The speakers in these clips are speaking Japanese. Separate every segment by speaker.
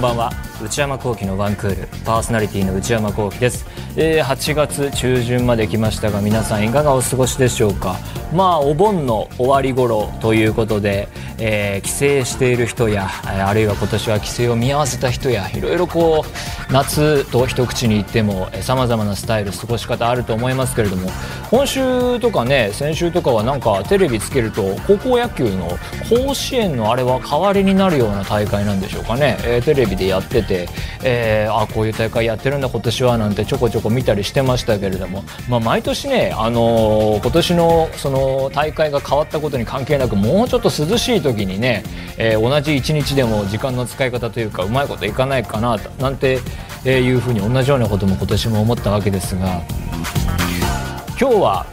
Speaker 1: ばんは内山聖輝のワンクールパーソナリティの内山聖輝です、えー8月中旬まで来ましたが皆さんいかがお過ごしでしょうかまあお盆の終わり頃ということで、えー帰省している人やえーあるいは今年は帰省を見合わせた人やいろいろこう夏と一口に言ってもさまざまなスタイル過ごし方あると思いますけれども今週とかね先週とかはなんかテレビつけると高校野球の甲子園のあれは代わりになるような大会なんでしょうかね、えーテレビでやってて、えーあこういう大会やってるんだ今年はなんてちょこちょこ見たりしてましたけれども、まあ、毎年ね、あのー今年のその大会が変わったことに関係なくもうちょっと涼しい時にね、えー同じ1日でも時間の使い方というかうまいこといかないかなとなんてえーいうふうに同じようなことも今年も思ったわけですが。今日は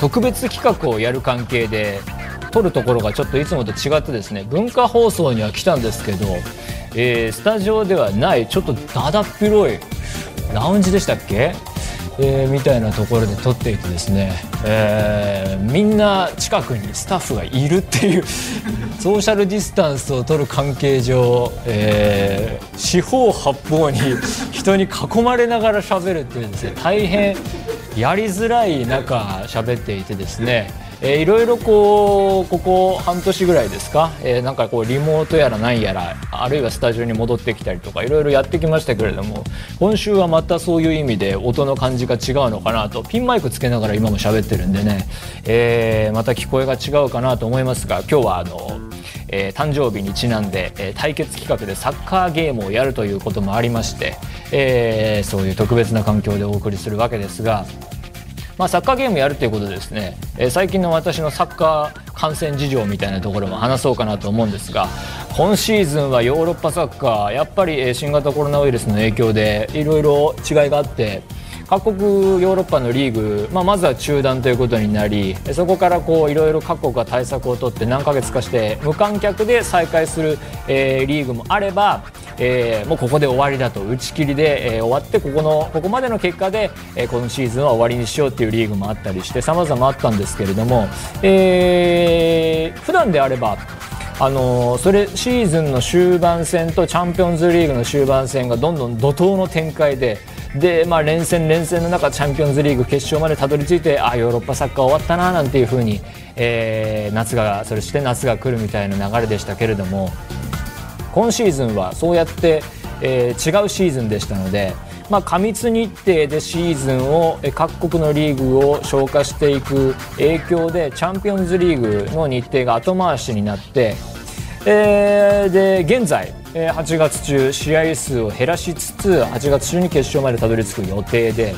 Speaker 1: 特別企画をやる関係で撮るところがちょっといつもと違ってですね文化放送には来たんですけど、えースタジオではないちょっとだだっ広いラウンジでしたっけ、えーみたいなところで撮っていてですね、えーみんな近くにスタッフがいるっていう ソーシャルディスタンスを取る関係上、えー四方八方に人に囲まれながら喋るっていうですね大変やりづらい中喋っていてですね、えーいろいろこうここ半年ぐらいですか、えーなんかこうリモートやらなんやらあるいはスタジオに戻ってきたりとかいろいろやってきましたけれども今週はまたそういう意味で音の感じが違うのかなとピンマイクつけながら今も喋ってるんでね、えーまた聞こえが違うかなと思いますが今日はあのえー誕生日にちなんで、えー対決企画でサッカーゲームをやるということもありまして、えーそういう特別な環境でお送りするわけですが、まあ、サッカーゲームやるということでですね、えー最近の私のサッカー観戦事情みたいなところも話そうかなと思うんですが今シーズンはヨーロッパサッカーやっぱりえー新型コロナウイルスの影響でいろいろ違いがあって。各国ヨーロッパのリーグ、まあ、まずは中断ということになりえそこからこういろいろ各国が対策を取って何ヶ月かして無観客で再開する、えーリーグもあれば、えーもうここで終わりだと打ち切りで、えー終わってここのここまでの結果で、えーこのシーズンは終わりにしようというリーグもあったりして様々あったんですけれども、えー普段であればあのーそれシーズンの終盤戦とチャンピオンズリーグの終盤戦がどんどん怒涛の展開でで、まあ、連戦連戦の中チャンピオンズリーグ決勝までたどり着いてあヨーロッパサッカー終わったななんていうふうに、えー夏がそして夏が来るみたいな流れでしたけれども。今シーズンはそうやって、えー違うシーズンでしたので、まあ、過密日程でシーズンをえー各国のリーグを消化していく影響でチャンピオンズリーグの日程が後回しになって、えーで現在えー8月中試合数を減らしつつ8月中に決勝までたどり着く予定で。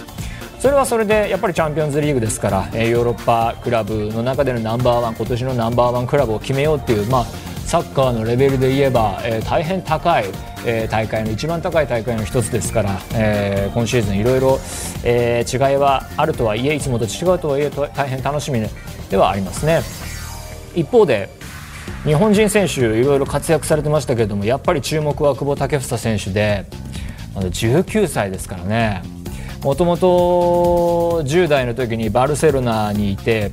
Speaker 1: それはそれでやっぱりチャンピオンズリーグですから、えーヨーロッパクラブの中でのナンバーワン今年のナンバーワンクラブを決めようっていう、まあ、サッカーのレベルで言えば、えー大変高い、えー大会の一番高い大会の一つですから、えー今シーズンいろいろえー違いはあるとはいえいつもと違うとはいえと大変楽しみではありますね。一方で日本人選手いろいろ活躍されてましたけれどもやっぱり注目は久保建英選手でまだ19歳ですからねもともと10代の時にバルセロナにいて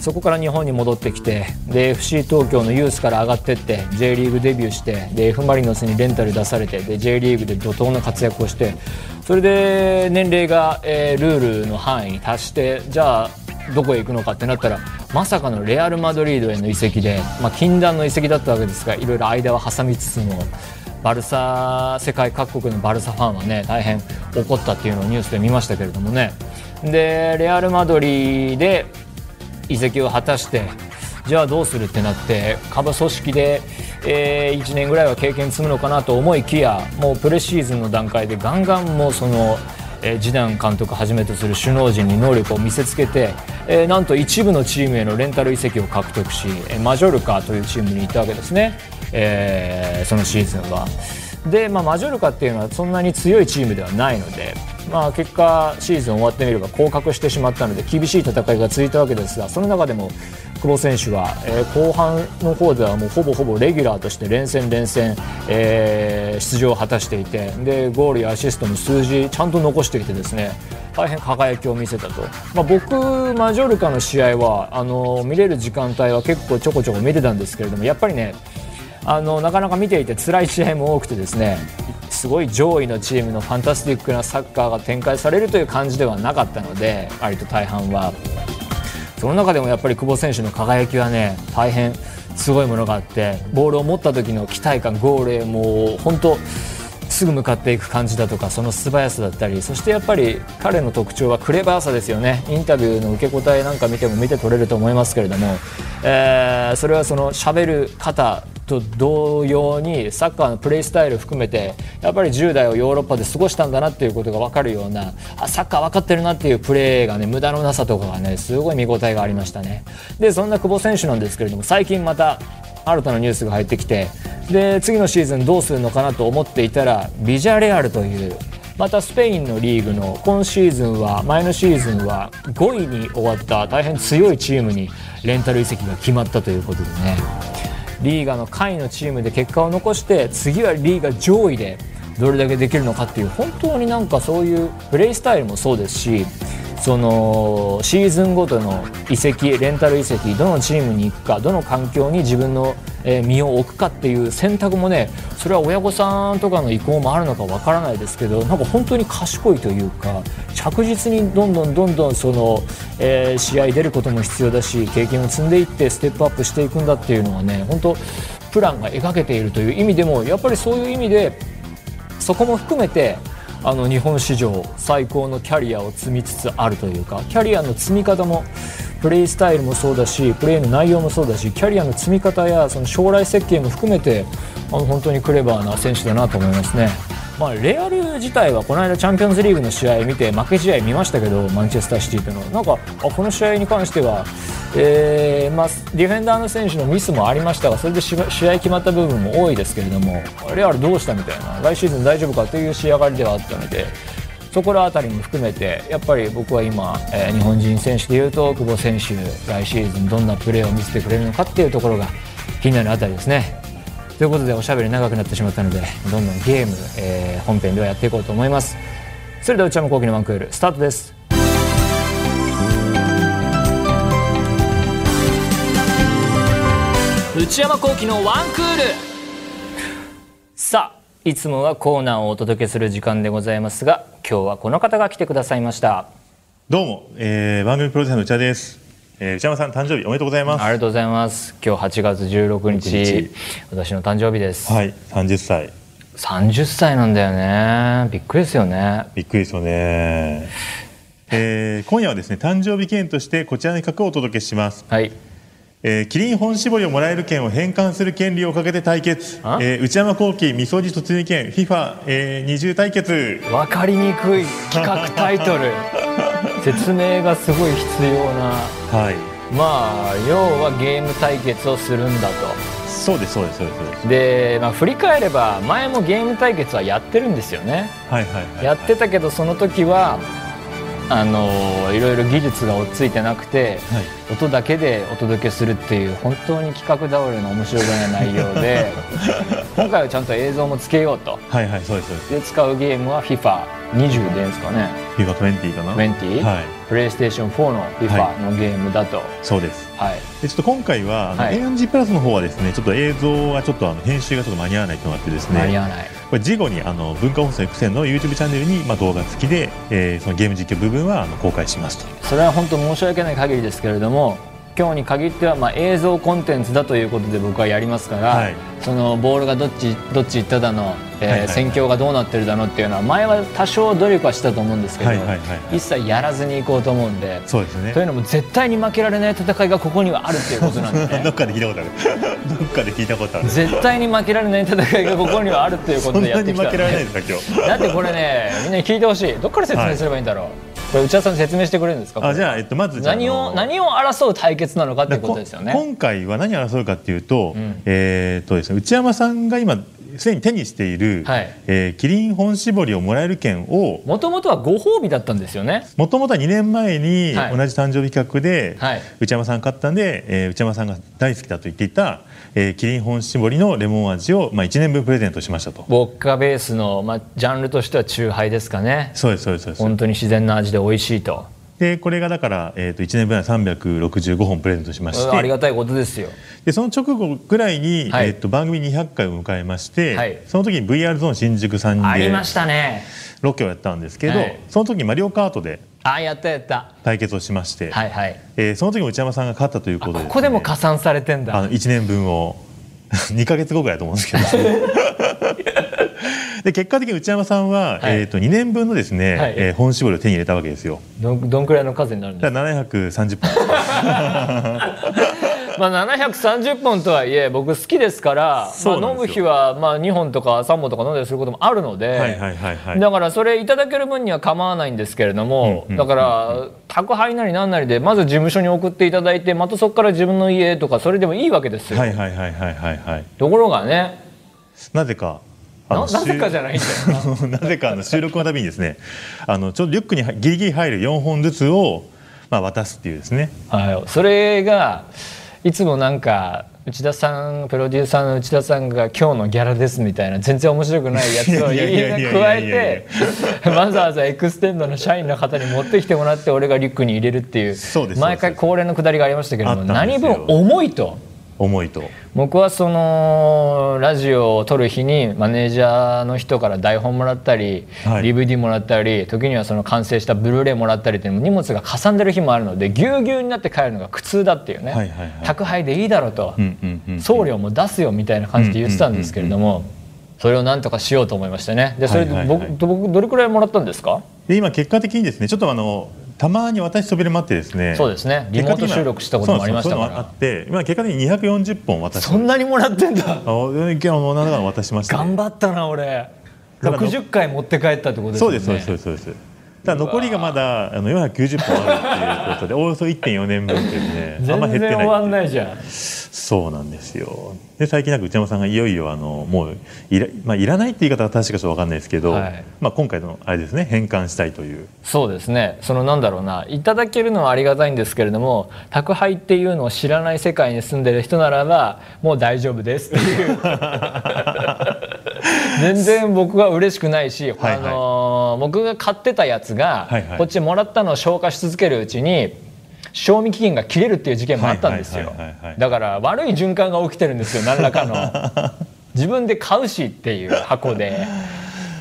Speaker 1: そこから日本に戻ってきてで FC 東京のユースから上がってって J リーグデビューしてで F ・マリノスにレンタル出されてで J リーグで怒涛の活躍をしてそれで年齢が、えールールの範囲に達してじゃあどこへ行くのかってなったらまさかのレアル・マドリードへの移籍で、まあ、禁断の移籍だったわけですがいろいろ間は挟みつつもバルサ世界各国のバルサファンはね大変怒ったっていうのをニュースで見ましたけれどもねでレアル・マドリーで移籍を果たしてじゃあどうするってなって下部組織で、え1年ぐらいは経験積むのかなと思いきやもうプレシーズンの段階でガンガンもうその、えー、ジダン監督はじめとする首脳陣に能力を見せつけて、えーなんと一部のチームへのレンタル移籍を獲得しえーマジョルカというチームに行ったわけですね、えーそのシーズンは。で、まあ、マジョルカっていうのはそんなに強いチームではないので、まあ、結果、シーズン終わってみれば降格してしまったので厳しい戦いが続いたわけですがその中でも久保選手は、えー後半の方ではもうほぼほぼレギュラーとして連戦連戦、えー出場を果たしていてでゴールやアシストの数字ちゃんと残していてですね大変輝きを見せたと、まあ、僕、マジョルカの試合はあの見れる時間帯は結構ちょこちょこ見てたんですけれどもやっぱりねあのなかなか見ていて辛い試合も多くてですねすごい上位のチームのファンタスティックなサッカーが展開されるという感じではなかったので割と大半はその中でもやっぱり久保選手の輝きはね大変すごいものがあってボールを持った時の期待感ゴールへもう本当すぐ向かっていく感じだとかその素早さだったりそしてやっぱり彼の特徴はクレバーさですよねインタビューの受け答えなんか見ても見て取れると思いますけれども、えーそれはその喋る方と同様にサッカーのプレースタイル含めてやっぱり10代をヨーロッパで過ごしたんだなっていうことが分かるようなあサッカー分かってるなっていうプレーがね無駄のなさとかがねすごい見応えがありましたね。でそんな久保選手なんですけれども最近また新たなニュースが入ってきてで次のシーズンどうするのかなと思っていたらビジャレアルというまたスペインのリーグの今シーズンは前のシーズンは5位に終わった大変強いチームにレンタル移籍が決まったということでねリーガの下位のチームで結果を残して次はリーガ上位でどれだけできるのかっていう本当になんかそういうプレイスタイルもそうですしそのシーズンごとの移籍レンタル移籍どのチームに行くかどの環境に自分のえー身を置くかっていう選択もねそれは親御さんとかの意向もあるのかわからないですけどなんか本当に賢いというか着実にどんどんどんどんその、えー試合出ることも必要だし経験を積んでいってステップアップしていくんだっていうのはね本当プランが描けているという意味でもやっぱりそういう意味でそこも含めてあの日本史上最高のキャリアを積みつつあるというかキャリアの積み方もプレイスタイルもそうだしプレーの内容もそうだしキャリアの積み方やその将来設計も含めてあの本当にクレバーな選手だなと思いますね。まあ、レアル自体はこの間チャンピオンズリーグの試合見て負け試合見ましたけどマンチェスターシティとのなんかあこの試合に関しては、えーまあ、ディフェンダーの選手のミスもありましたがそれで試合試合決まった部分も多いですけれどもレアルどうしたみたいな来シーズン大丈夫かという仕上がりではあったのでそこら辺りも含めてやっぱり僕は今、えー日本人選手でいうと久保選手来シーズンどんなプレーを見せてくれるのかっていうところが気になるあたりですね。ということでおしゃべり長くなってしまったのでどんどんゲーム、えー本編ではやっていこうと思います。それでは内山聖輝のワンクールスタートです。内山聖輝のワンクールさあいつもはコーナーをお届けする時間でございますが今日はこの方が来てくださいました
Speaker 2: どうも、えー、番組プロデューサーの内田です、えー、内山さん誕生日おめでとうございます
Speaker 1: ありがとうございます今日8月16日
Speaker 2: 16
Speaker 1: 私の誕生日です、
Speaker 2: はい30歳
Speaker 1: 30歳なんだよねびっくりですよね
Speaker 2: びっくりですよね、えー、今夜はですね誕生日券としてこちらの企画をお届けします、
Speaker 1: はい
Speaker 2: えー、キリン本搾りをもらえる券を返還する権利をかけて対決、え
Speaker 1: あ
Speaker 2: ー、内山幸輝みそじ突入券 FIFA20、えー、20対決
Speaker 1: 分かりにくい企画タイト ル説明がすごい必要な
Speaker 2: はい
Speaker 1: まあ要はゲーム対決をするんだと
Speaker 2: そうですそうですそうですそうです
Speaker 1: で、まあ、振り返れば前もゲーム対決はやってるんですよね、
Speaker 2: はいはいはい、はい、
Speaker 1: やってたけどその時はあのーいろいろ技術が追っついてなくて、
Speaker 2: はい
Speaker 1: 音だけでお届けするっていう本当に企画倒れの面白がない内容 で今回はちゃんと映像もつけようと
Speaker 2: はいはいそうですそうです
Speaker 1: で使うゲームは FIFA20 でですかね
Speaker 2: FIFA20 かな
Speaker 1: 20?
Speaker 2: はい
Speaker 1: プレイステーション4の FIFA のゲームだと、
Speaker 2: そうです
Speaker 1: はい、
Speaker 2: でちょっと今回は、
Speaker 1: はい
Speaker 2: あの A&G プラスの方はですねちょっと映像がちょっとあの編集がちょっと間に合わないというのがあってです
Speaker 1: 間に合
Speaker 2: ね
Speaker 1: わない
Speaker 2: これ事後にあの文化放送 X 線の YouTube チャンネルに、まあ、動画付きで、えーそのゲーム実況部分はあの公開しますと
Speaker 1: それは本当申し訳ない限りですけれども今日に限ってはまあ映像コンテンツだということで僕はやりますから、
Speaker 2: はい
Speaker 1: そのボールがどっちどっち行っただの、えー
Speaker 2: はいはいはい
Speaker 1: 戦況がどうなってるだのっていうのは前は多少努力はしたと思うんですけど、
Speaker 2: はいはいはいはい
Speaker 1: 一切やらずにいこうと思うんで
Speaker 2: そうですね
Speaker 1: というのも絶対に負けられない戦いがここにはあるっていうことなんで
Speaker 2: ど
Speaker 1: ね
Speaker 2: っかで聞いたことあるどっかで聞いたことある
Speaker 1: 絶対に負けられない戦いがここにはあるっていうこ
Speaker 2: そ
Speaker 1: と
Speaker 2: ん
Speaker 1: でや
Speaker 2: な
Speaker 1: って
Speaker 2: に
Speaker 1: きた
Speaker 2: 負
Speaker 1: ん
Speaker 2: け
Speaker 1: で
Speaker 2: られないですか今日
Speaker 1: だってこれねみんなに聞いてほしいどっから説明すればいいんだろう、これ内田さん説明してくれるんですか
Speaker 2: あじゃあ、えっと、まずじゃあ
Speaker 1: 何
Speaker 2: あ
Speaker 1: を
Speaker 2: の
Speaker 1: 何を争う対決なのかっていう
Speaker 2: こ
Speaker 1: ことですよね。
Speaker 2: 今回は何を争うかっていうと,、えーっとですね、内山さんが今すでに手にしている、
Speaker 1: はい
Speaker 2: えーキリン本搾りをもらえる券を
Speaker 1: もともとはご褒美だったんですよね。
Speaker 2: もともとは2年前に
Speaker 1: はい
Speaker 2: 同じ誕生日企画で、
Speaker 1: はい
Speaker 2: 内山さんが買ったんで、えー内山さんが大好きだと言っていた、えーキリン本搾りのレモン味を、まあ、1年分プレゼントしましたと。
Speaker 1: ボッカベースの、まあ、ジャンルとしてはチューハイですかね。
Speaker 2: そうですそうですそうです
Speaker 1: 本当に自然な味で美味しいと。
Speaker 2: でこれがだから、えー、と1年分は365本プレゼントしまし
Speaker 1: あり
Speaker 2: て
Speaker 1: がたいことですよ
Speaker 2: でその直後ぐらいに、
Speaker 1: はい
Speaker 2: えー、と番組200回を迎えまして、
Speaker 1: はい
Speaker 2: その時に VR ゾーン新宿さん
Speaker 1: あり
Speaker 2: で
Speaker 1: ましたね
Speaker 2: ロケをやったんですけど、
Speaker 1: はい
Speaker 2: その時にマリオカートで
Speaker 1: あやったやった
Speaker 2: 対決をしまして、
Speaker 1: はいはい
Speaker 2: えーその時も内山さんが勝ったというこ
Speaker 1: こと
Speaker 2: でですね、
Speaker 1: こでも加算されてん
Speaker 2: あ
Speaker 1: だ
Speaker 2: の1年分を 2か月後ぐらいだと思うんですけど で結果的に内山さん
Speaker 1: は
Speaker 2: は、
Speaker 1: い
Speaker 2: えー、と2年分のですね、
Speaker 1: はい
Speaker 2: えー本絞りを手に入れたわけですよ
Speaker 1: どんどんくらいの数になるんです
Speaker 2: だから730本
Speaker 1: まあ、730本とはいえ僕好きですから
Speaker 2: そう
Speaker 1: ま
Speaker 2: な
Speaker 1: あ、
Speaker 2: ん
Speaker 1: 飲
Speaker 2: で
Speaker 1: む
Speaker 2: す
Speaker 1: 日
Speaker 2: よ
Speaker 1: はまあ2本とか3本とか飲んだりすることもあるので、
Speaker 2: はいはいはいはい
Speaker 1: だからそれいただける分には構わないんですけれども、
Speaker 2: うんうん
Speaker 1: だから宅配なりなんなりでまず事務所に送っていただいてまたそこから自分の家とかそれでもいいわけですよ、
Speaker 2: はいはいはいはいはいはい
Speaker 1: ところがね
Speaker 2: なぜか
Speaker 1: ななぜかじゃ
Speaker 2: な
Speaker 1: ない
Speaker 2: い
Speaker 1: んだよ
Speaker 2: なぜかあの収録の たびにですねあのちょうどリュックにはギリギリ入る4本ずつを、まあ、渡すっていうですね
Speaker 1: はい、それがいつもなんか内田さんプロデューサーの内田さんが今日のギャラですみたいな全然面白くないやつを
Speaker 2: いやいやいやいやいや
Speaker 1: 加えてわざわざエクステンドの社員の方に持ってきてもらって俺がリュックに入れるっていう
Speaker 2: そうです
Speaker 1: 毎回恒例のくだりがありましたけれども
Speaker 2: あったんで
Speaker 1: 何
Speaker 2: すよ
Speaker 1: 分重いと。
Speaker 2: 思いと
Speaker 1: 僕はそのラジオを撮る日にマネージャーの人から台本もらったり、
Speaker 2: はい
Speaker 1: DVD もらったり時にはその完成したブルーレイもらったりっていうのも荷物がかさんでる日もあるのでぎゅうぎゅうになって帰るのが苦痛だっていうね、
Speaker 2: はいはいはい
Speaker 1: 宅配でいいだろうと、
Speaker 2: うんうんうんうん
Speaker 1: 送料も出すよみたいな感じで言ってたんですけれども、それをなんとかしようと思いましてねでそれで
Speaker 2: はいはい
Speaker 1: 僕,、
Speaker 2: はい
Speaker 1: 僕どれくらいもらったんですか
Speaker 2: で今結果的にですねちょっとあのたまに私そびれもあってですね
Speaker 1: そうですねリモート収録したこともありましたから
Speaker 2: そうなんですよそういうのもあって今結果的に240本渡して
Speaker 1: そんなにもらってんだ
Speaker 2: あお今日も7渡しましたね、
Speaker 1: 頑張ったな俺
Speaker 2: ただの
Speaker 1: 60回持って帰ったってことです
Speaker 2: そ
Speaker 1: よ
Speaker 2: う
Speaker 1: ね
Speaker 2: ですそうですそうですそうですただ残りがまだあの490本あるっていうこ とでおおよそ1.4年分っていうねあんま減
Speaker 1: 全
Speaker 2: って
Speaker 1: 然
Speaker 2: な
Speaker 1: 終
Speaker 2: い
Speaker 1: わん
Speaker 2: い
Speaker 1: ないじゃん
Speaker 2: そうなんですよで最近なんか内山さんがいよいよあのもういら,、まあ、いらないって言い方は確かちょっと分かんないですけど、
Speaker 1: はい
Speaker 2: まあ、今回のあれですね返還したいという
Speaker 1: そうですねそのなんだろうないただけるのはありがたいんですけれども宅配っていうのを知らない世界に住んでる人ならばもう大丈夫ですっていう 全然僕は嬉しくないし、
Speaker 2: はい
Speaker 1: あのー僕が買ってたやつが、
Speaker 2: はいはい
Speaker 1: こっちでもらったのを消化し続けるうちに賞味期限が切れるっていう事件もあったんですよ
Speaker 2: はいはいはいはいはい
Speaker 1: だから悪い循環が起きてるんですよ何らか の自分で買うしっていう箱で。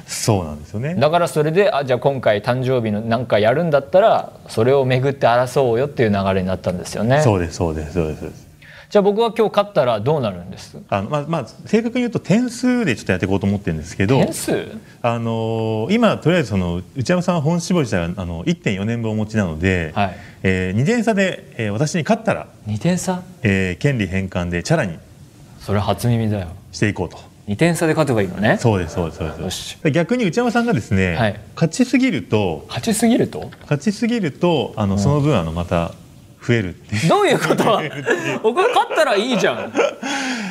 Speaker 2: そうなんですよね
Speaker 1: だからそれであじゃあ今回誕生日のなんかやるんだったらそれを巡って争おうよっていう流れになったんですよね
Speaker 2: そうですそうですそうですそうです
Speaker 1: じゃあ僕が今日勝ったらどうなるんです
Speaker 2: あのまあまあ正確に言うと点数でちょっとやっていこうと思ってるんですけど
Speaker 1: 点数
Speaker 2: あのー今とりあえずその内山さんは本絞りしたらあの1.4年分お持ちなので、
Speaker 1: はい
Speaker 2: え2点差で、えー私に勝ったら、
Speaker 1: 2点差
Speaker 2: えー権利返還でチャラに
Speaker 1: それ初耳だよ
Speaker 2: していこうと
Speaker 1: 2点差で勝てばいいのね
Speaker 2: そうですそうですそうです
Speaker 1: よし
Speaker 2: 逆に内山さんがですね、
Speaker 1: はい
Speaker 2: 勝ちすぎると
Speaker 1: 勝ちすぎると
Speaker 2: 勝ちすぎるとあのその分あのまた増えるっていう
Speaker 1: どういうこと僕が勝ったらいいじゃん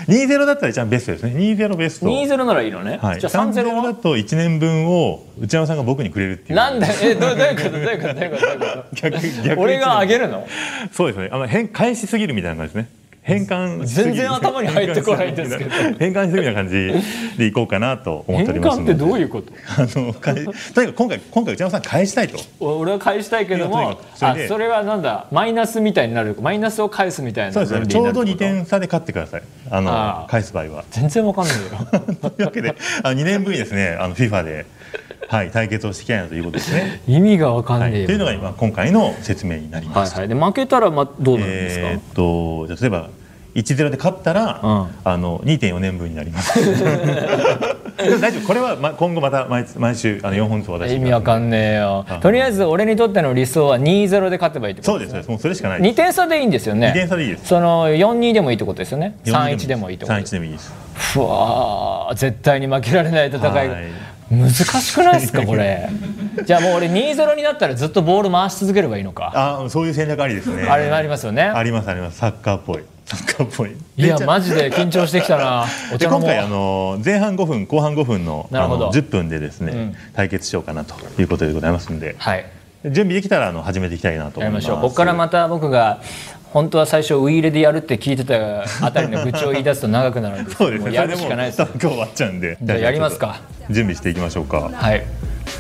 Speaker 2: 2-0だったら一番ベストですね2-0ベスト
Speaker 1: 2-0ならいいのね、
Speaker 2: はい、
Speaker 1: じゃあ3-0
Speaker 2: 3-0だ
Speaker 1: は
Speaker 2: と1年分を内山さんが僕にくれるっていう
Speaker 1: なんだよえどうどういうことどういうことどういうことどういうこ
Speaker 2: 逆
Speaker 1: と
Speaker 2: 逆
Speaker 1: 俺が上げ
Speaker 2: る
Speaker 1: るの
Speaker 2: そうですねあの変返しすぎるみたいな感じですね変換しすぎ
Speaker 1: 全
Speaker 2: る
Speaker 1: 然頭に入ってこないんですけど
Speaker 2: 変換しすぎるような感じでいこうかなと思
Speaker 1: 変
Speaker 2: っております
Speaker 1: 換ってどういううこと
Speaker 2: あの返とにかく今回今回内山さん返したいと
Speaker 1: 俺は返したいけど
Speaker 2: いや
Speaker 1: も
Speaker 2: とにかくそれ
Speaker 1: あ
Speaker 2: で
Speaker 1: それはなんだマイナスみたいになるマイナスを返すみたいな
Speaker 2: そうですね
Speaker 1: 論理
Speaker 2: ち
Speaker 1: に
Speaker 2: ょ
Speaker 1: なる
Speaker 2: うど2
Speaker 1: ってこと
Speaker 2: 点差で勝ってくださいあの
Speaker 1: ああ
Speaker 2: 返す場合は
Speaker 1: 全然わかんないよ
Speaker 2: というわけであの2年ぶりにですねあの FIFA で、はい、対決をしていきたいなということですね、
Speaker 1: 意味がわかんな
Speaker 2: は
Speaker 1: い
Speaker 2: い、
Speaker 1: よ、
Speaker 2: というのが今今回の説明になりま
Speaker 1: はい
Speaker 2: す
Speaker 1: はいで負けたらまどうなるんですか、
Speaker 2: えーっとじゃあ例えば1-0で勝ったら、
Speaker 1: うん
Speaker 2: あの2.4年分になります でも大丈夫これは、ま、今後また毎毎週あの4本ずつ私
Speaker 1: 意味わかんねえよ
Speaker 2: あ
Speaker 1: とりあえず俺にとっての理想は2-0で勝てばいいってこ
Speaker 2: そ
Speaker 1: と
Speaker 2: うですそうですもうそれしかない
Speaker 1: 2点差でいいんですよね
Speaker 2: 二点差でいいです
Speaker 1: その4-2でもいいってことですよね3-1
Speaker 2: 4-2
Speaker 1: でもいいってこと
Speaker 2: 3-1でもいいです
Speaker 1: ふわー絶対に負けられない戦い、
Speaker 2: はい
Speaker 1: 難しくないですかこれじゃあもう俺2-0になったらずっとボール回し続ければいいのか
Speaker 2: あそういう戦略ありですね
Speaker 1: あれありますよね
Speaker 2: ありますありますサッカーっぽいサッカーっぽい
Speaker 1: いや
Speaker 2: で
Speaker 1: マジで緊張してきたなお
Speaker 2: で
Speaker 1: 茶のも
Speaker 2: 今回あの前半5分後半5分の
Speaker 1: なるほど
Speaker 2: あの10分でですね、
Speaker 1: ん
Speaker 2: 対決しようかなということでございますんで
Speaker 1: はい
Speaker 2: 準備できたらあの始めていきたいなと
Speaker 1: やり
Speaker 2: 思いま
Speaker 1: ますしょうここからまた僕が本当は最初ウイ入れでやるって聞いてたあたりの愚痴を言い出すと長くなるんですけ
Speaker 2: そう
Speaker 1: ど
Speaker 2: です
Speaker 1: もう
Speaker 2: ね。
Speaker 1: やるしかないです
Speaker 2: それでもう今日終わっちゃうんで。
Speaker 1: じゃあやりますか。
Speaker 2: 準備していきましょうか。
Speaker 1: はい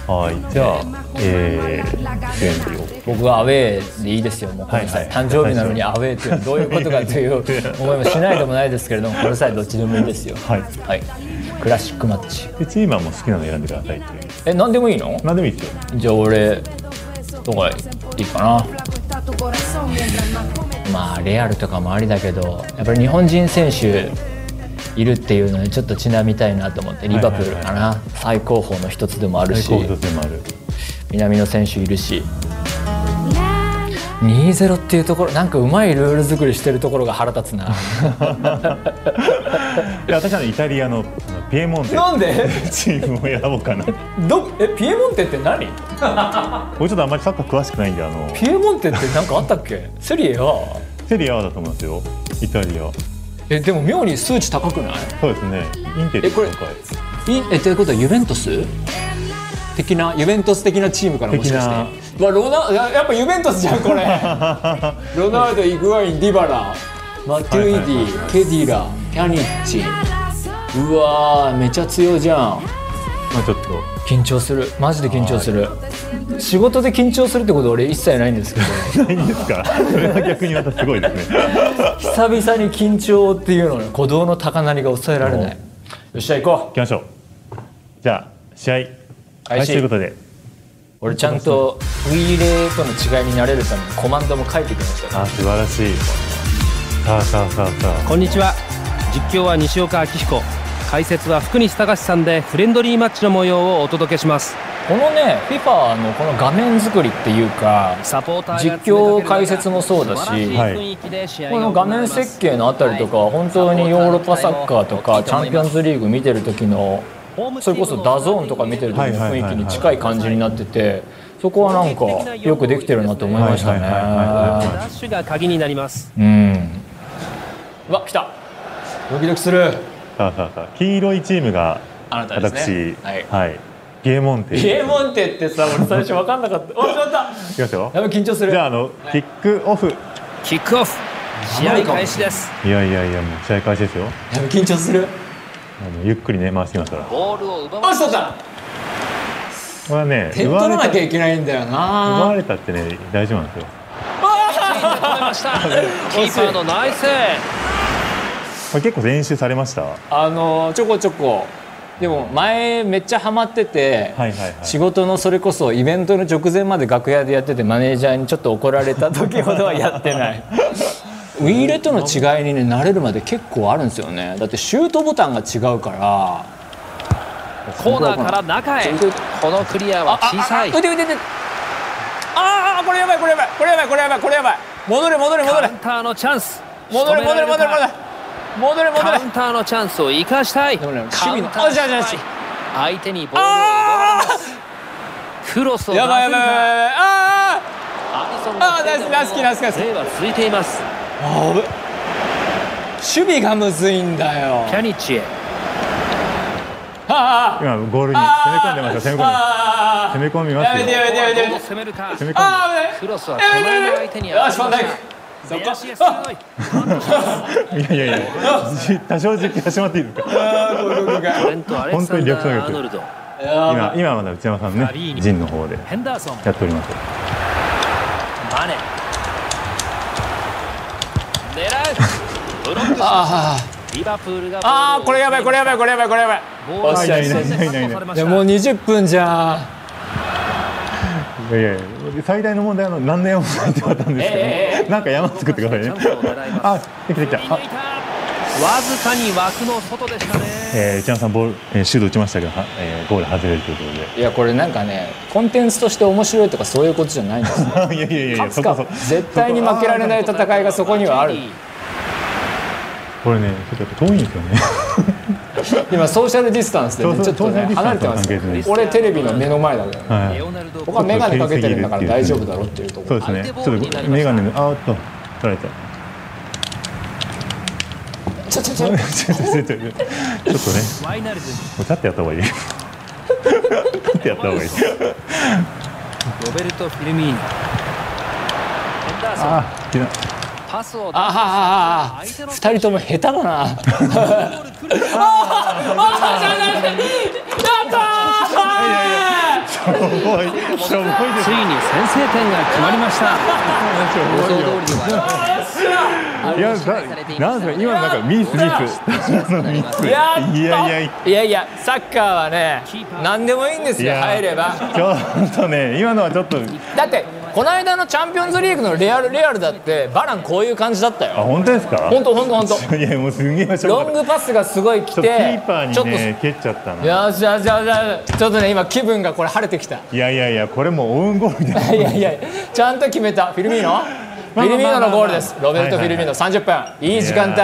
Speaker 2: はい、じゃあ、えー、準備を。
Speaker 1: 僕はアウェーでいいですよ、もうこの際、
Speaker 2: はいはい
Speaker 1: 誕生日なのにアウェーっていうのはどういうことかと いう思いもしないでもないですけれども、この際、どっちでもいいですよ、
Speaker 2: はい
Speaker 1: クラシックマッチ、
Speaker 2: で、チーマーも好きなの選んでくださいという。
Speaker 1: え、なんでもいいの
Speaker 2: 何でもいいですよ。
Speaker 1: じゃあ、俺、どこがいいかな、まあ、レアルとかもありだけど、やっぱり日本人選手いるっていうのに、ちょっとちなみたいなと思って、リバプールかな、
Speaker 2: はい
Speaker 1: 最高峰の一つでもある
Speaker 2: 最
Speaker 1: し、
Speaker 2: 高度でもある。
Speaker 1: 南野選手いるし。2-0っていうところなんかうまいルール作りしてるところが腹立つな
Speaker 2: いや、私はねイタリアのあのピエモンテ。
Speaker 1: なんで
Speaker 2: チームを選ぼうかな。
Speaker 1: どえピエモンテって何
Speaker 2: 僕ちょっとあんまりサッカー詳しくないんで、あの。
Speaker 1: ピエモンテって何かあったっ けセリエは
Speaker 2: セリアだと思いますよ。イタリア。
Speaker 1: えでも妙に数値高くない
Speaker 2: そうですね。インテル
Speaker 1: えこれ
Speaker 2: とか
Speaker 1: いえということはユベントス的なユベントス的なチームからもしかして、まあ、ロナややっぱユベントスじゃん これロナウドイグアインディバラマテュイディ、
Speaker 2: はいはいはいはい
Speaker 1: ケディラキャニッチうわーめちゃ強いじゃん
Speaker 2: まあ、ちょっと。
Speaker 1: 緊張するマジで緊張する仕事で緊張するってことは俺一切ないんですけ ど
Speaker 2: ないんですか。それは逆にまたすごいですね。
Speaker 1: 久々に緊張っていうのに鼓動の高鳴りが抑えられないよっしゃ行こ
Speaker 2: 行きましょう。じゃあ、試合。開始ということで。
Speaker 1: う俺ちゃんとウィーレーとの違いに慣れるためにコマンドも書いてきました
Speaker 2: あ、素晴らしい。さあ、さあ、さあ、さあ。
Speaker 3: こんにちは実況は西岡明彦解説は福西隆さんでフレンドリーマッチの模様をお届けします
Speaker 1: このね FIFA のこの画面作りっていうか
Speaker 3: サポーターが
Speaker 1: 実況解説もそうだしこの画面設計のあたりとかは本当にヨーロッパサッカーとかチャンピオンズリーグ見てる時のそれこそダゾーンとか見てる時の雰囲気に近い感じになっててそこはなんかよくできてるなと思いました
Speaker 2: はいはいは
Speaker 1: ね。
Speaker 3: ラッシュが鍵になります
Speaker 1: うんうわ来たドキドキする
Speaker 2: さあ、さあ、さあ。黄色いチームが。
Speaker 1: あなたですね
Speaker 2: 私。
Speaker 1: はい
Speaker 2: はい。ピエモンテ。
Speaker 1: ピエモンテってさ俺最初分かんなかった おっしまった
Speaker 2: いきますよ。
Speaker 1: やばい緊張する
Speaker 2: じゃあ、あの、キックオフ。
Speaker 3: キックオフ試合開始です
Speaker 2: いやいやいや、もう試合開始ですよ。
Speaker 1: やばい緊張する
Speaker 2: あのゆっくりね、回してきますから。こ
Speaker 3: ボールを奪わ
Speaker 1: おっしゃった
Speaker 2: れはね、
Speaker 1: 点取
Speaker 2: 奪わ
Speaker 1: ら
Speaker 2: れ
Speaker 1: な
Speaker 2: た。
Speaker 1: きゃいけないんだよ
Speaker 2: 奪わ
Speaker 1: な
Speaker 2: れたってね、大丈夫なんですよ。
Speaker 3: れましたキーパーのナイス
Speaker 2: これ結構練習されました。は
Speaker 1: あのちょこちょこでも前めっちゃハマってて、
Speaker 2: いはいはい。
Speaker 1: 仕事のそれこそイベントの直前まで楽屋でやっててマネージャーにちょっと怒られた時ほどはやって ないウィーレとの違いに、ね、慣れるまで結構あるんですよねだってシュートボタンが違うから
Speaker 3: コーナーから中へこのクリアは小さい
Speaker 1: ああああ腕腕腕あーあーこれやばいこれやばいこれやばいこれやばいこれやばい戻れ戻れ戻
Speaker 3: カ
Speaker 1: れ
Speaker 3: ウンターのチャンス
Speaker 1: 戻れ戻れ戻れ戻れ戻れ戻
Speaker 3: カ
Speaker 1: れ
Speaker 3: ウンターのチャンスを生かしたい。
Speaker 1: でもね守
Speaker 3: カウ
Speaker 1: 備
Speaker 3: ン
Speaker 1: の
Speaker 3: ター
Speaker 1: あじゃあじゃあじゃ
Speaker 3: 相手にボールを奪わ
Speaker 1: あ
Speaker 3: れます。クロスを
Speaker 1: ーやばいやばいやばいやばいあーあーナイスナイスナイスナイス
Speaker 3: プレーは続いています。
Speaker 1: あぶ守備がむずいんだよ
Speaker 3: キャニッチへ。
Speaker 1: あ
Speaker 2: 今ゴールに攻め込んでました。攻め込んでます。
Speaker 1: あ
Speaker 2: 攻め込み
Speaker 1: や
Speaker 2: ま
Speaker 1: め
Speaker 2: す
Speaker 1: て
Speaker 2: よ
Speaker 1: や。めてやめてや
Speaker 3: ど
Speaker 1: め
Speaker 3: う
Speaker 1: て
Speaker 3: 攻めるか。
Speaker 2: 攻め込ん
Speaker 1: あー危ない
Speaker 3: クロスは
Speaker 1: やめ
Speaker 3: 手
Speaker 1: てや
Speaker 3: 前
Speaker 1: め
Speaker 3: の
Speaker 1: て
Speaker 3: 相手に
Speaker 1: よしファンダイク
Speaker 3: そこ。林が
Speaker 1: あ
Speaker 3: 強い。
Speaker 2: で。いやいやいや。じ多少実況してもらっていいですか。
Speaker 1: あーこういうこと
Speaker 3: ト
Speaker 1: か
Speaker 3: レントアレクサンダーアーノルド。
Speaker 1: やば
Speaker 2: 今
Speaker 1: い
Speaker 2: 今はまだ内山さん
Speaker 3: ラビー
Speaker 2: ね
Speaker 3: ニ
Speaker 2: 陣の方で
Speaker 3: ヘンダーソン。
Speaker 2: やっております
Speaker 3: マネ。狙う。ブロックし。
Speaker 1: あー
Speaker 3: リバプールがボールを
Speaker 1: あーこれやばいこれやばいこれやばいこれやばい
Speaker 3: ボール
Speaker 1: おっしゃいない
Speaker 2: ないないない
Speaker 1: いやもう20分じゃん
Speaker 2: いやいや最大の問題はあの何年も前って言われたんですけど、なんか山作ってくださいね
Speaker 3: チャンスを狙います
Speaker 2: あできてきた
Speaker 3: わ
Speaker 2: あ、
Speaker 3: ずかに枠の外でしたね。
Speaker 2: えー、内山さんボール、えー、シュート打ちましたけど、はえー、ゴール外れるというこ
Speaker 1: いやこれなんかねコンテンツとして面白いとかそういうことじゃないんです よ
Speaker 2: とで いやいやいやいや
Speaker 1: 勝つか
Speaker 2: そこそこ
Speaker 1: 絶対に負けられない戦いがそこにはある
Speaker 2: これねちょっと遠いんですよ ね
Speaker 1: 今ソーシャルディスタンスでね
Speaker 2: そう
Speaker 1: ち
Speaker 2: そ
Speaker 1: ょ
Speaker 2: う
Speaker 1: っとね
Speaker 2: ソーシャ
Speaker 1: 離れ
Speaker 2: ルディスタンス
Speaker 1: てますよ
Speaker 2: 関係ないです
Speaker 1: 俺テレビの目の前だけどね
Speaker 2: はい
Speaker 3: レオナルド
Speaker 1: 僕は眼鏡かけてるんだから大丈夫だろうっていうとこ
Speaker 2: そう
Speaker 1: ろ
Speaker 2: ですねちょっとメガネのあーっと取られた
Speaker 1: ちょちょちょ
Speaker 2: ちょっとちょっとちょっとね
Speaker 3: ワイナルズ
Speaker 2: もう立ってやった方がいい立ってやった方がいい
Speaker 3: ロベルト・フィルミーノヘンダーソン
Speaker 2: あーいや
Speaker 3: パスを
Speaker 1: あははは二人とも下手だ な。あーあーあーあーあーやったー。
Speaker 2: 重いしょぼいです
Speaker 3: ついに先制点が決まりました予想通りでは
Speaker 2: よいやだなんですか今のなんかミスミスあの ミスい
Speaker 1: や
Speaker 2: や
Speaker 1: っと
Speaker 2: いやい
Speaker 1: いやいやサッカーはね何でもいいんですよ
Speaker 2: や
Speaker 1: 入れば
Speaker 2: ちょっとね今のはちょっと
Speaker 1: だってこの間のチャンピオンズリーグのレアルレアルだってバランこういう感じだった
Speaker 2: あ
Speaker 1: よ
Speaker 2: 本当ですか
Speaker 1: 本当本当本当
Speaker 2: いやもうすんげえしょ
Speaker 1: ロ
Speaker 2: ぼ
Speaker 1: ン
Speaker 2: かっ
Speaker 1: グパスがすごい来
Speaker 2: たちょ
Speaker 1: て
Speaker 2: っとキーパ
Speaker 1: ちょっと
Speaker 2: ーにね蹴っちゃったな
Speaker 1: よしよしよしよしちょっとね今気分がこれ晴れてきた
Speaker 2: いやいやいやこれもうオウンゴールみた
Speaker 1: い
Speaker 2: い
Speaker 1: やいやちゃんと決めたフィルミーノフ
Speaker 2: まあまあまあまあ
Speaker 1: ィルミーノのゴールですロベルト・フィルミーノ30分いい時間帯
Speaker 2: 帯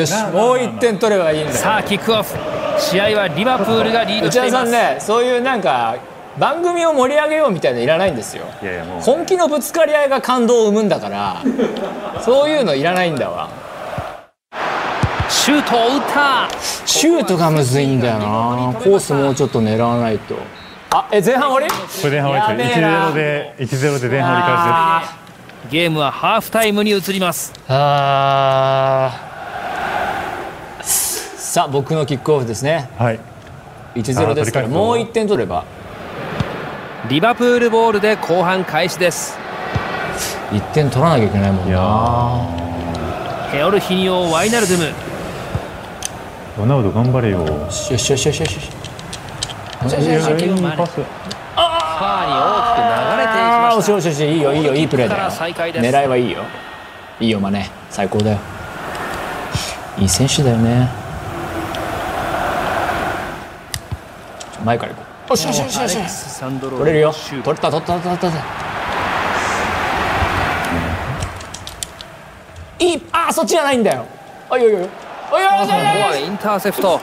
Speaker 1: よし
Speaker 2: まあまあまあ
Speaker 1: もう1点取ればいいんだよ
Speaker 3: さあキックオフ試合はリバプールがリード
Speaker 1: 内
Speaker 3: して
Speaker 1: 田
Speaker 3: い
Speaker 1: さ
Speaker 3: ま
Speaker 1: ん
Speaker 3: す
Speaker 1: ねそういうなんか番組を盛り上げようみたいなのいらないんですよ
Speaker 2: いやいやもう
Speaker 1: 本気のぶつかり合いが感動を生むんだからそういうのいらないんだわ
Speaker 3: シュートを打った
Speaker 1: シュートがむずいんだよなコースもうちょっと狙わないとあえ前半終わり
Speaker 2: これ前半折り返し
Speaker 1: や
Speaker 2: 1-0
Speaker 1: べ
Speaker 2: で1-0で前半折り返しです
Speaker 1: あ
Speaker 3: ゲームはハーフタイムに移ります
Speaker 1: ーあーさあ僕のキックオフですね
Speaker 2: はい
Speaker 1: 1-0ですから
Speaker 2: あー取り返すぞ
Speaker 1: もう1点取れば
Speaker 3: リバプールボールで後半開始です
Speaker 1: 1点取らなきゃいけないもん
Speaker 2: いや
Speaker 1: な
Speaker 2: ー
Speaker 3: ヘオルヒニオワイナルドゥム
Speaker 2: ロナウド頑張れよ
Speaker 1: よしよしよしよしよし
Speaker 2: いやいいパス
Speaker 3: ファーに大きく流れていき
Speaker 1: あ
Speaker 3: ま
Speaker 1: あ、
Speaker 3: した
Speaker 1: おしおしおし、いいよ、いいよ、いいプレーだよ。
Speaker 3: ここから再開です
Speaker 1: 狙いはいいよ。いいよ、マネ、最高だよ。いい選手だよね。ちょ前から行こう。よしよしよしよし。
Speaker 3: サンドロー
Speaker 1: 取れるよ。
Speaker 3: シ
Speaker 1: 取
Speaker 3: ュー
Speaker 1: っ
Speaker 3: ト
Speaker 1: た、取った、取った、取った。いい、ああ、そっちじゃないんだよ。あ、いいよいいよ。おいおいおいおいおい
Speaker 3: ここはインターセプト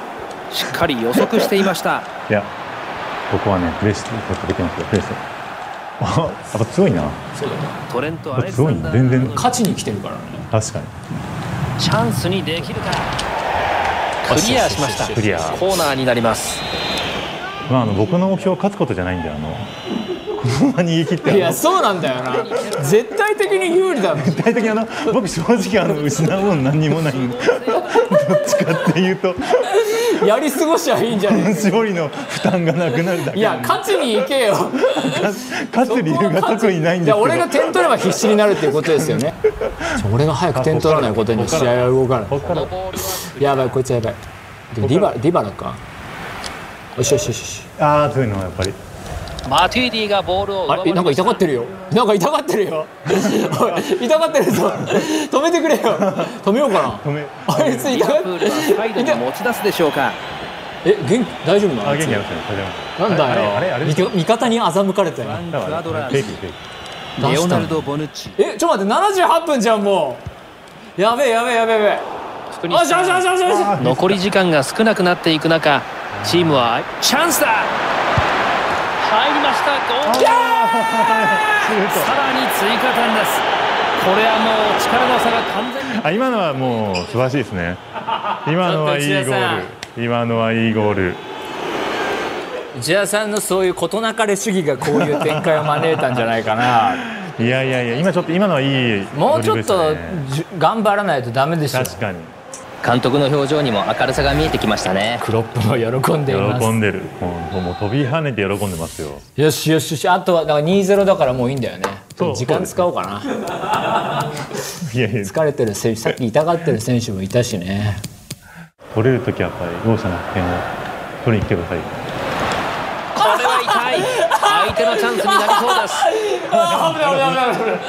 Speaker 3: しっかり予測していました
Speaker 2: いやここはねプレスやってできますよプレスあやっぱ強いな
Speaker 1: そうだよ
Speaker 3: トレント・アレクサンダー
Speaker 2: すごいね全然
Speaker 1: 勝ちに来てるからね。
Speaker 2: 確かに
Speaker 3: チャンスにできるかクリアしました
Speaker 2: クリア
Speaker 3: コーナーになります
Speaker 2: まああの僕の目標は勝つことじゃないんであのこのまま逃げ切って
Speaker 1: い
Speaker 2: あの
Speaker 1: や、そうなんだよな。絶対的に有利だもん。
Speaker 2: 具体的にあの僕正直あの失うもん何にもないんでどっちかっていうと
Speaker 1: やり過ごしゃいいんじゃない
Speaker 2: 勝利の負担がなくなるだけ
Speaker 1: いや勝ちに行けよ
Speaker 2: 勝勝つ理由が特にないんですけ
Speaker 1: や
Speaker 2: ど
Speaker 1: 俺が点取れば必死になるっていうことですよねちょ俺が早く点取らないことに試合は動かな
Speaker 2: ここから
Speaker 1: いやばいこいつやばいでディバディバラかよしよしよしよし
Speaker 2: ああそういうのはやっぱり
Speaker 3: マティーディがボールを奪
Speaker 1: あ
Speaker 3: わ
Speaker 1: れえ
Speaker 3: れ
Speaker 1: なんか痛がってるよなんか痛がってるよおい痛がってるぞ止めてくれよ止めようか
Speaker 2: ごめん
Speaker 1: なあいつ
Speaker 3: リ
Speaker 1: 痛
Speaker 3: バ
Speaker 1: がっ
Speaker 3: プールはサイドに持ち出すでしょうか
Speaker 1: え元気大丈夫なの
Speaker 2: あ
Speaker 1: あい
Speaker 2: 元
Speaker 1: つ
Speaker 2: 気ありますね食べます
Speaker 1: なんだよ
Speaker 2: あれあれあれ
Speaker 1: 味方味方に欺かれたよ
Speaker 3: フ
Speaker 2: だか
Speaker 3: アドラ
Speaker 2: ら
Speaker 3: ー
Speaker 2: 定
Speaker 3: ズ
Speaker 2: 期定期
Speaker 1: 出
Speaker 3: レオ
Speaker 1: した
Speaker 3: ナ
Speaker 1: の
Speaker 3: ルド・ボヌッチ
Speaker 1: えちょっと待って78分じゃんもうやべえやべえやべえやべえ
Speaker 3: 福西
Speaker 1: よし
Speaker 3: さ
Speaker 1: よ
Speaker 3: ん
Speaker 1: しよしよしよし
Speaker 3: 残り時間が少なくなっていく中チームはチャンスだ入りましたゴール さらに追加点ですこれはもう力の差が完全に
Speaker 2: あ今のはもう素晴らしいですね今のはいいゴ
Speaker 1: ちょっと内田さ
Speaker 2: ール今のはいいゴール
Speaker 1: 内田さんのそういう事なかれ主義がこういう展開を招いたんじゃないかな
Speaker 2: いやいやいや今ちょっと今のはいい
Speaker 1: もうちょっ
Speaker 2: ド
Speaker 1: と
Speaker 2: リブルで
Speaker 1: じゅ頑張らないとダメです
Speaker 2: した
Speaker 1: よ
Speaker 2: ね確かに
Speaker 4: 監督の表情にも明るさが見えてきましたね
Speaker 1: クロップも喜んでいま
Speaker 2: 喜
Speaker 1: す
Speaker 2: んでるもうもう飛び跳ねて喜んでますよ
Speaker 1: よしよしよしあとはだから2-0だからもういいんだよね
Speaker 2: そう
Speaker 1: 時間使おうかない
Speaker 2: やいや
Speaker 1: 疲れてる選手さっき痛がってる選手もいたしね
Speaker 2: 取れる時はやっぱり両者の点を取りに来てください
Speaker 3: これは痛い相手のチャンスになりそうです
Speaker 1: あ危ない危ない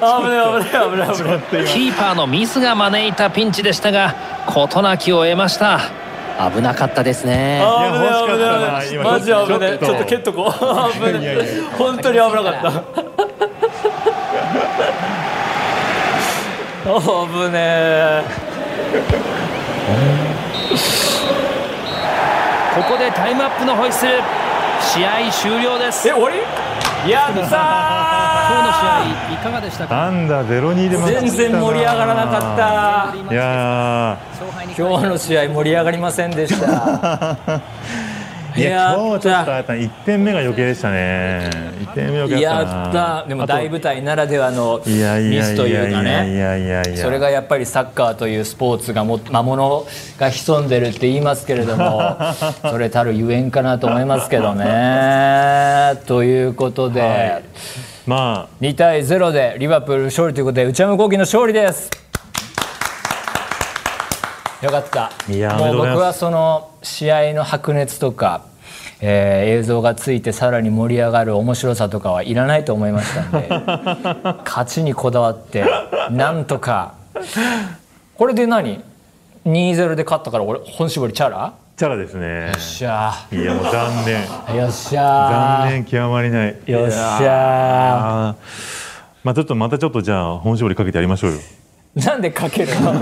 Speaker 1: 危ない危ない危ない危 ない
Speaker 3: キーパーのミスが招いたピンチでしたが事なきを得ました
Speaker 4: 危なかったですね
Speaker 2: いや欲しかったな今
Speaker 1: マジ
Speaker 2: ちょっと
Speaker 1: 危ねえちょっと蹴っとこう危ね
Speaker 2: いやいやい
Speaker 1: え
Speaker 2: や
Speaker 1: 本当に危なかった危ねえ
Speaker 3: ここでタイムアップのホイッスル試合終了です
Speaker 1: え終わりやった
Speaker 3: 今日の試
Speaker 1: ー
Speaker 3: 合いかがでしたか
Speaker 2: なんだゼロ二で負けたな
Speaker 1: 全然盛り上がらなかっ
Speaker 2: いや
Speaker 1: た今日の試合盛り上がりませんでした
Speaker 2: ーいや
Speaker 1: やった
Speaker 2: 今日はちょっとあった1点目が余計でしたね1点目余計だった
Speaker 1: やっ
Speaker 2: な
Speaker 1: たでも大舞台ならではの
Speaker 2: い
Speaker 1: ミ
Speaker 2: やいや
Speaker 1: ス
Speaker 2: い
Speaker 1: と
Speaker 2: やい
Speaker 1: いうか
Speaker 2: やい
Speaker 1: ね
Speaker 2: やいやいや
Speaker 1: それがやっぱりサッカーというスポーツがも魔物が潜んでるって言いますけれど もそれたるゆえんかなと思いますけどね。ということで、
Speaker 2: まあ
Speaker 1: 2対0でリバプール勝利ということで内山昂輝の勝利です。よかった
Speaker 2: いやーおめ
Speaker 1: も
Speaker 2: で
Speaker 1: う
Speaker 2: と
Speaker 1: 僕
Speaker 2: うございます
Speaker 1: はその試合の白熱とか、えー映像がついてさらに盛り上がる面白さとかはいらないと思いましたんで 勝ちにこだわってなんとかこれで何2-0で勝ったから俺本絞りチャラよ
Speaker 2: チャラですね
Speaker 1: っしゃ
Speaker 2: いやもう残念
Speaker 1: ーよっしゃ
Speaker 2: 残
Speaker 1: ー
Speaker 2: 念極まりない
Speaker 1: よっしゃ
Speaker 2: あーまあちょっとまたちょっとじゃあ本絞りかけてやりましょうよ
Speaker 1: ーなんでかけるの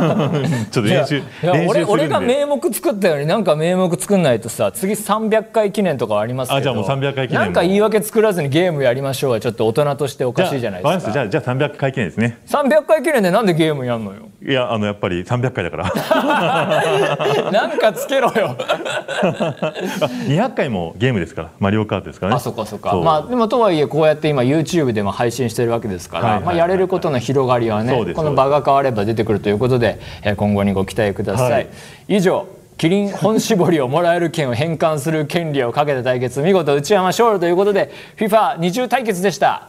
Speaker 2: ちょっと練習
Speaker 1: いやいや
Speaker 2: 練習
Speaker 1: 俺
Speaker 2: するんで
Speaker 1: 俺が名目作ったよりなんか名目作んないとさ次300回記念とかありますけど
Speaker 2: あじゃあもう300回記念も
Speaker 1: なんか言い訳作らずにゲームやりましょうはちょっと大人としておかしいじゃないです
Speaker 2: じゃあわかりました
Speaker 1: か
Speaker 2: じゃあじゃあ300回記念ですね
Speaker 1: 300回記念でなんでゲームやん のよ
Speaker 2: いやあのやっぱり300回だから
Speaker 1: なんかつけろよ
Speaker 2: 200回もゲームですからマリオカートですからね
Speaker 1: あそっかそっかまあでもとはいえこうやって今 YouTube でも配信してるわけですから、
Speaker 2: はいはいはいはい
Speaker 1: まあ、やれることの広がりは
Speaker 2: そう
Speaker 1: ね
Speaker 2: です
Speaker 1: この場が変われば出てくるということで、えー今後にご期待ください、
Speaker 2: はい
Speaker 1: 以上キリン本絞りをもらえる券を返還する権利をかけた対決見事内山勝利ということで FIFA20 重対決でした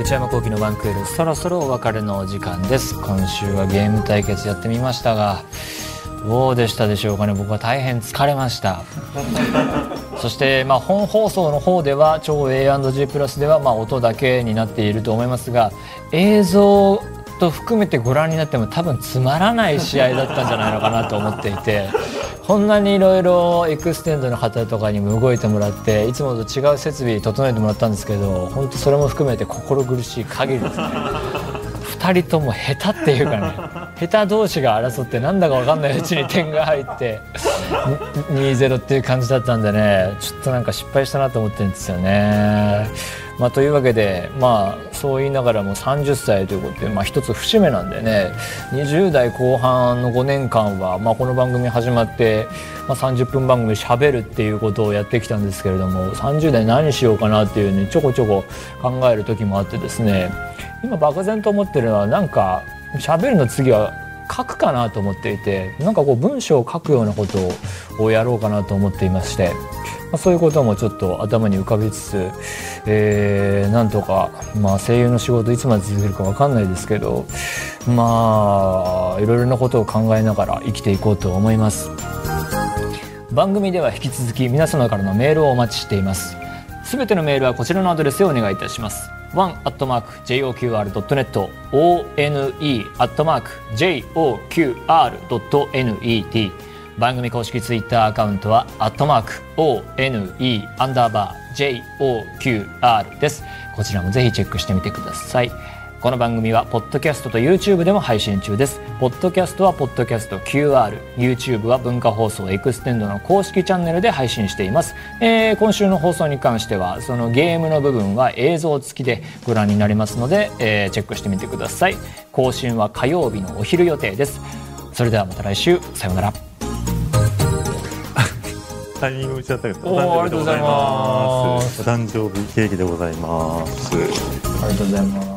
Speaker 1: 内山幸輝のワンクールそろそろお別れのお時間です今週はゲーム対決やってみましたがどうでしたでしょうかね僕は大変疲れました そして、まあ、本放送の方では超 A&G プラスでは、まあ、音だけになっていると思いますが映像と含めてご覧になっても多分つまらない試合だったんじゃないのかなと思っていてこんなにいろいろエクステンドの方とかにも動いてもらっていつもと違う設備整えてもらったんですけど本当それも含めて心苦しい限りですね。2人とも下手っていうかね下手同士が争ってなんだか分かんないうちに点が入ってに2-0っていう感じだったんでねちょっとなんか失敗したなと思ってるんですよね。まあ、というわけで、まあ、そう言いながらも30歳ということで、まあ、一つ節目なんでね20代後半の5年間は、まあ、この番組始まって、まあ、30分番組しゃべるっていうことをやってきたんですけれども30代何しようかなっていうねちょこちょこ考える時もあってですね今漠然と思ってるのはなんか喋るの次は書くかなと思っていてなんかこう文章を書くようなことをやろうかなと思っていまして、まあ、そういうこともちょっと頭に浮かびつつ、えーなんとか、まあ、声優の仕事いつまで続けるかわかんないですけどまあいろいろなことを考えながら生きていこうと思います。番組では引き続き皆様からのメールをお待ちしていますすべてのメールはこちらのアドレスへお願いいたします one.joqr.net one.joqr.net 番組公式ツイッターアカウントは one アンダーバー joqr ですこちらもぜひチェックしてみてくださいこの番組はポッドキャストと YouTube でも配信中ですポッドキャストはポッドキャスト QRYouTube は文化放送エクステンドの公式チャンネルで配信しています、えー今週の放送に関してはそのゲームの部分は映像付きでご覧になりますので、えーチェックしてみてください更新は火曜日のお昼予定ですそれではまた来週さようなら
Speaker 2: タイミング打ちだったけど
Speaker 1: おーありがとうございます
Speaker 2: お誕生日ケーキでございます
Speaker 1: ありがとうございます